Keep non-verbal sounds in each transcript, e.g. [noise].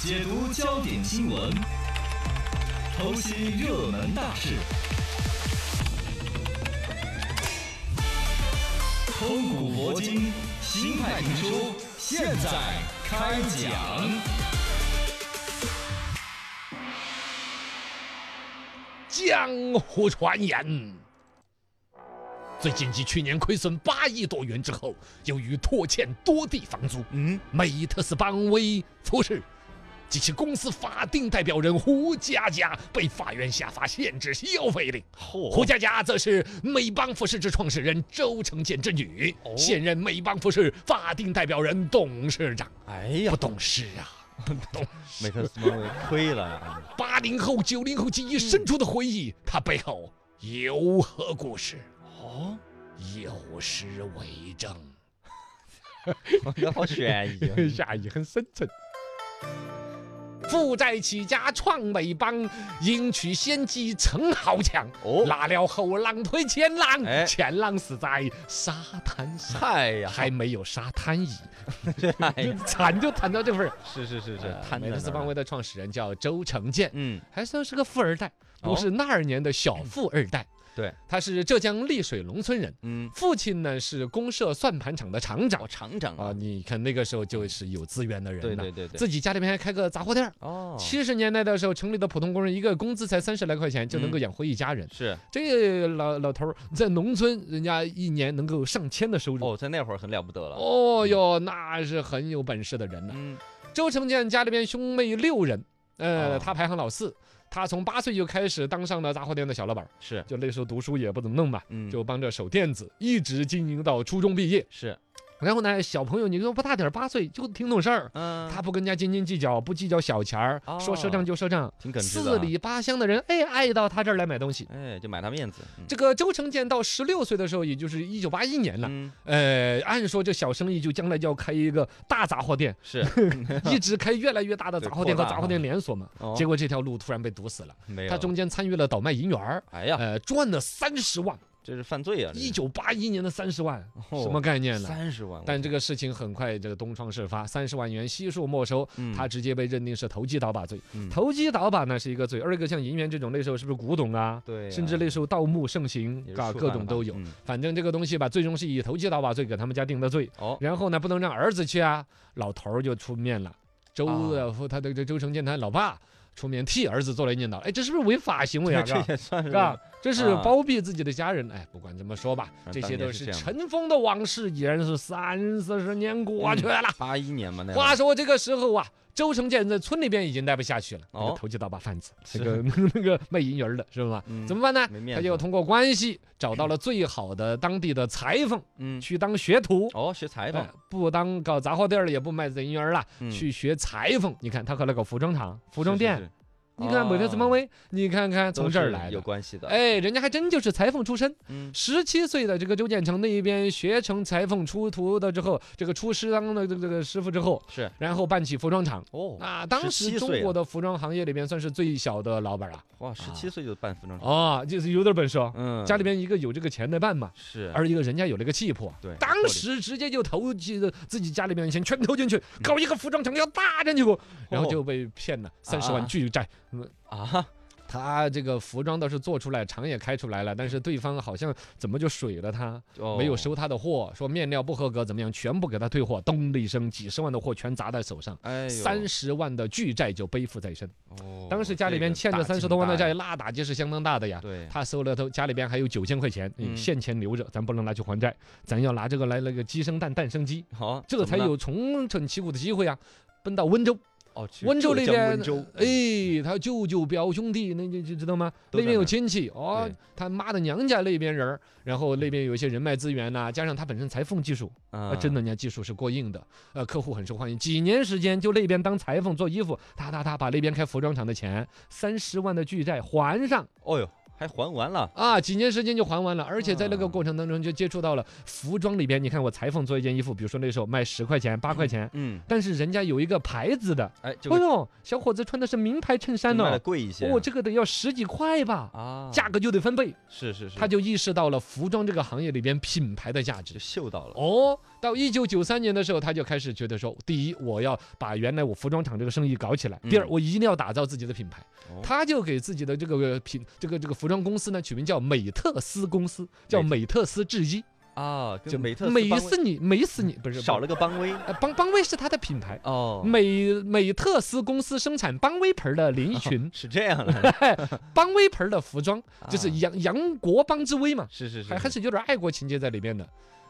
解读焦点新闻，剖析热门大事，通古博今，新派评书，现在开讲。江湖传言，最近继去年亏损八亿多元之后，由于拖欠多地房租，嗯，美特斯邦威出事。及其公司法定代表人胡佳佳被法院下发限制消费令。胡嚯，佳佳则是美邦服饰之创始人周成建之女哦，现任美邦服饰法定代表人、董事长。哎不呀，懂事啊！美特斯邦威亏了啊呀！八零后、九零后记忆深处的回忆，它背后有何故事？ [laughs] 哦，有诗为证。那好悬疑啊！下意很深沉。负债起家创美邦，迎娶先机成豪强。哦拿了后浪推前浪，哎前浪死在沙滩上，嗨呀，还没有沙 [laughs] 滩椅。哎呀，惨就惨到这份儿。是是是是呃，摊美在特斯那儿邦威了的创始人叫周成建，嗯，还算是个富二代，哦不是那二年的小富二代。对，他是浙江丽水农村人，嗯，父亲呢是公社算盘厂的厂长哦，厂长啊。啊，你看那个时候就是有资源的人对呐对，对对，自己家里面还开个杂货店儿。哦，七十年代的时候，城里的普通工人一个工资才三十来块钱就嗯能够养活一家人。是这老老头儿在农村，人家一年能够上千的收入。哦，在那会儿很了不得了。哦哟，那是很有本事的人呐。嗯，周成建家里边兄妹六人，呃，哦他排行老四。他从八岁就开始当上了杂货店的小老板儿，是，就那时候读书也不怎么弄嘛，嗯，就帮着守店子，一直经营到初中毕业。是，然后呢，小朋友你说不大点儿，八岁就挺懂事儿，嗯，哦他不跟人家斤斤计较，不计较小钱儿，说赊账就赊账，挺耿直的四啊，里八乡的人哎爱到他这儿来买东西。哎，就买他面子。嗯这个周成建到十六岁的时候，也就是一九八一年了。嗯，呃，按说这小生意就将来就要开一个大杂 [laughs] 货店， [laughs] 是一直开越来越大的对杂货店扩和大杂货店连锁嘛。哦结果这条路突然被堵死了。没有他了。中间参与了倒卖银元儿，哎呀，呃，赚了三十万，这是犯罪啊！一九八一年的三十万，哦什么概念呢？三十万，但这个事情很快这个东窗事发，三十万元悉数没收，嗯他直接被认定是投机倒把罪。嗯投机倒把呢是一个罪，二一个像银元这种那时候是不是古董啊？对啊，甚至那时候盗墓盛行也，是啊，触各犯种了都吧有。嗯反正这个东西吧，最终是以投机倒把罪给他们家定的罪。哦，然后呢，不能让儿子去啊，老头儿就出面了。周啊呃，他的这周成建他老爸出面替儿子做了念叨，哎，[laughs] 这是不是违法行 [laughs] 为啊？这是吧也算是是吧？这是啊包庇自己的家人。哎，不管怎么说吧，反这正当些年都是是这样的尘封的往事，已然是三四十年过嗯去了。八一年嘛，那会儿话说这个时候啊，周成建在村里边已经待不下去了，那哦个投机倒把贩子，是那个 [laughs] 那个卖银元儿的，是吧？嗯怎么办呢？没面他子就通过关系找到了最好的当地的裁缝，嗯，去当学徒。哦，学裁缝哎，不当搞杂货店儿了，也不卖银元儿了，嗯去学裁缝。你看他和那个服装厂、服服装店，你看美特斯邦威威，你看看从这儿来哦有的。关系的，，哎，人家还真就是裁缝出身。嗯，十七岁的这个周建成那一边学成裁缝出徒的之后，这个出师当了这个这个师傅之后，是然后办起服装厂。哦，啊，当时17岁啊中国的服装行业里边算是最小的老板了哇，十七岁就办服装，啊，就是有点本事哦。嗯，家里边一个有这个钱的办嘛，是，二一个人家有那个气魄，对当时直接就投进了自己家里面钱全投进嗯去，搞一个服装厂要大展旗鼓，然后就被骗了三十哦啊万巨债。嗯啊，他这个服装倒是做出来，厂也开出来了，但是对方好像怎么就水了他，哦没有，收他的货，说面料不合格，怎么样，全部给他退货。咚的一声，几十万的货全砸在手上，哎呦，三十万的巨债就背负在身。哦，当时家里边欠着三十多万的债，那打击是相当大的呀。对，他收了都家里边还有九千块钱，嗯嗯现钱留着，咱不能拿去还债，咱要拿这个来那个鸡生蛋，蛋生鸡，好，这个才有重整旗鼓的机会啊。奔到温州，哦，温州那边，温州，哎，他舅舅表兄弟，那就就知道吗？嗯都那在边有那儿亲戚哦对，他妈的娘家那边人儿，然后那边有一些人脉资源呐、加上他本身裁缝技术，嗯啊啊，真的，人家技术是过硬的，呃，客户很受欢迎。几年时间，就那边当裁缝做衣服，哒哒哒，把那边开服装厂的钱三十万的巨债还上，哦哟，还还完了，啊，几年时间就还完了，而且在那个啊过程当中就接触到了服装里边。你看我裁缝做一件衣服，比如说那时候卖十块钱、八 [laughs] 块钱，嗯，但是人家有一个牌子的，哎，这哎个呦，小伙子穿的是名牌衬衫卖的呢，贵一些，哦，这个得要十几块吧，啊，价格就得翻倍。是是是，他就意识到了服装这个行业里边品牌的价值就。嗅到了，哦，到一九九三年的时候，他就开始觉得说，第一，我要把原来我服装厂这个生意搞起来；第二，嗯我一定要打造自己的品牌。哦他就给自己的这个品，这个这个服装公司呢，取名叫美特斯公司，叫美特斯制衣，啊，就就美特斯美邦斯你美死你，不是威少了，个邦 [laughs] 威不是呃邦邦威是他的品牌。哦，，美美特斯公司生产邦威牌儿的连衣 [laughs] 裙是这样 [laughs] 的，邦威牌儿的服装，就是啊扬扬国邦之威嘛。是是是，还还是有点爱国情节在里面的。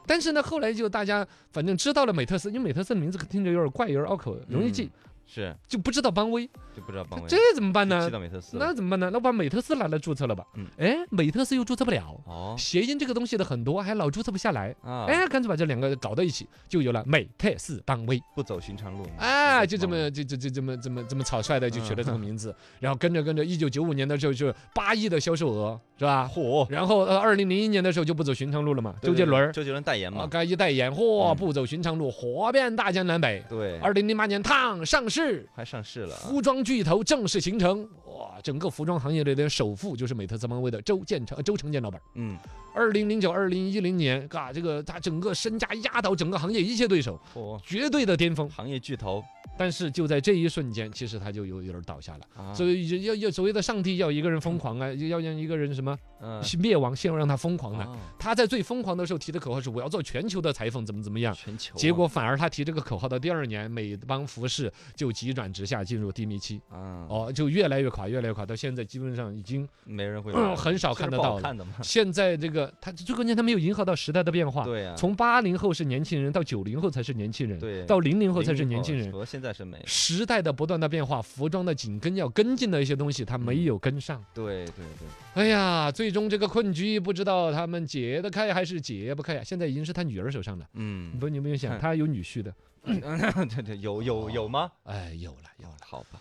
但是呢，后来就大家反正知道了美特斯，因为美特斯的名字听着有点怪，有点拗口，容易记，嗯是就不知道邦威，就不知道邦威这怎么办就呢记？到美特斯了那怎么办呢？那我把美特斯拿来注册了吧嗯？哎，美特斯又注册不了，哦谐音这个东西的很多，还老注册不下来。啊，哎，干脆把这两个搞到一起，就有了美特斯邦威。不走寻常路嘛哎，走就这邦么威就就就这么这么这么草率的就取了这个名字，然后跟着跟着，一九九五年的时候就是八亿的销售额，是吧？嚯，然后呃，二零零一年的时候就不走寻常路了嘛，对周杰对对伦儿周杰伦代言啊，嘛，该一代言，嚯，嗯不走寻常路，火遍大江南北。对，二零零八年，烫上市，还上市了啊，服装巨头正式形成。哇，整个服装行业里的首富就是美特斯邦威的周建成，呃周成建老板。嗯，二零零九、二零一零年，嘎，这个他整个身价压倒整个行业一切对手，嚯，绝对的巅峰。行业巨头但是就在这一瞬间，其实他就有有点倒下了。啊，所以要要所谓的上帝要一个人疯狂啊，要让一个人什么嗯灭亡，先要让他疯狂呢。啊他在最疯狂的时候提的口号是我要做全球的裁缝，怎么怎么样。全球啊啊结嘛果反而他提这个口号的第二年，美邦服饰就急转直下，进入低迷期。啊，哦，就越来越垮，越来越垮，到现在基本上已经没人会嗯买了很少这看是得不好到了看的嘛，现在这个，他最关键他没有迎合到时代的变嗯化。对呀，从八零后是年轻人，到九零后才是年轻人，对到零零后零才是零年后啊轻人。和现在审美，时代的不断的变化，服装的紧跟要跟进的一些东西，他没有跟上。对对对，哎呀，最终这个困局不知道他们解得开还是解不开呀、现在已经是他女儿手上了。嗯，不，你不用想，他有女婿的。 [laughs] 哦对对，有有有吗？哎，有了有了。好吧。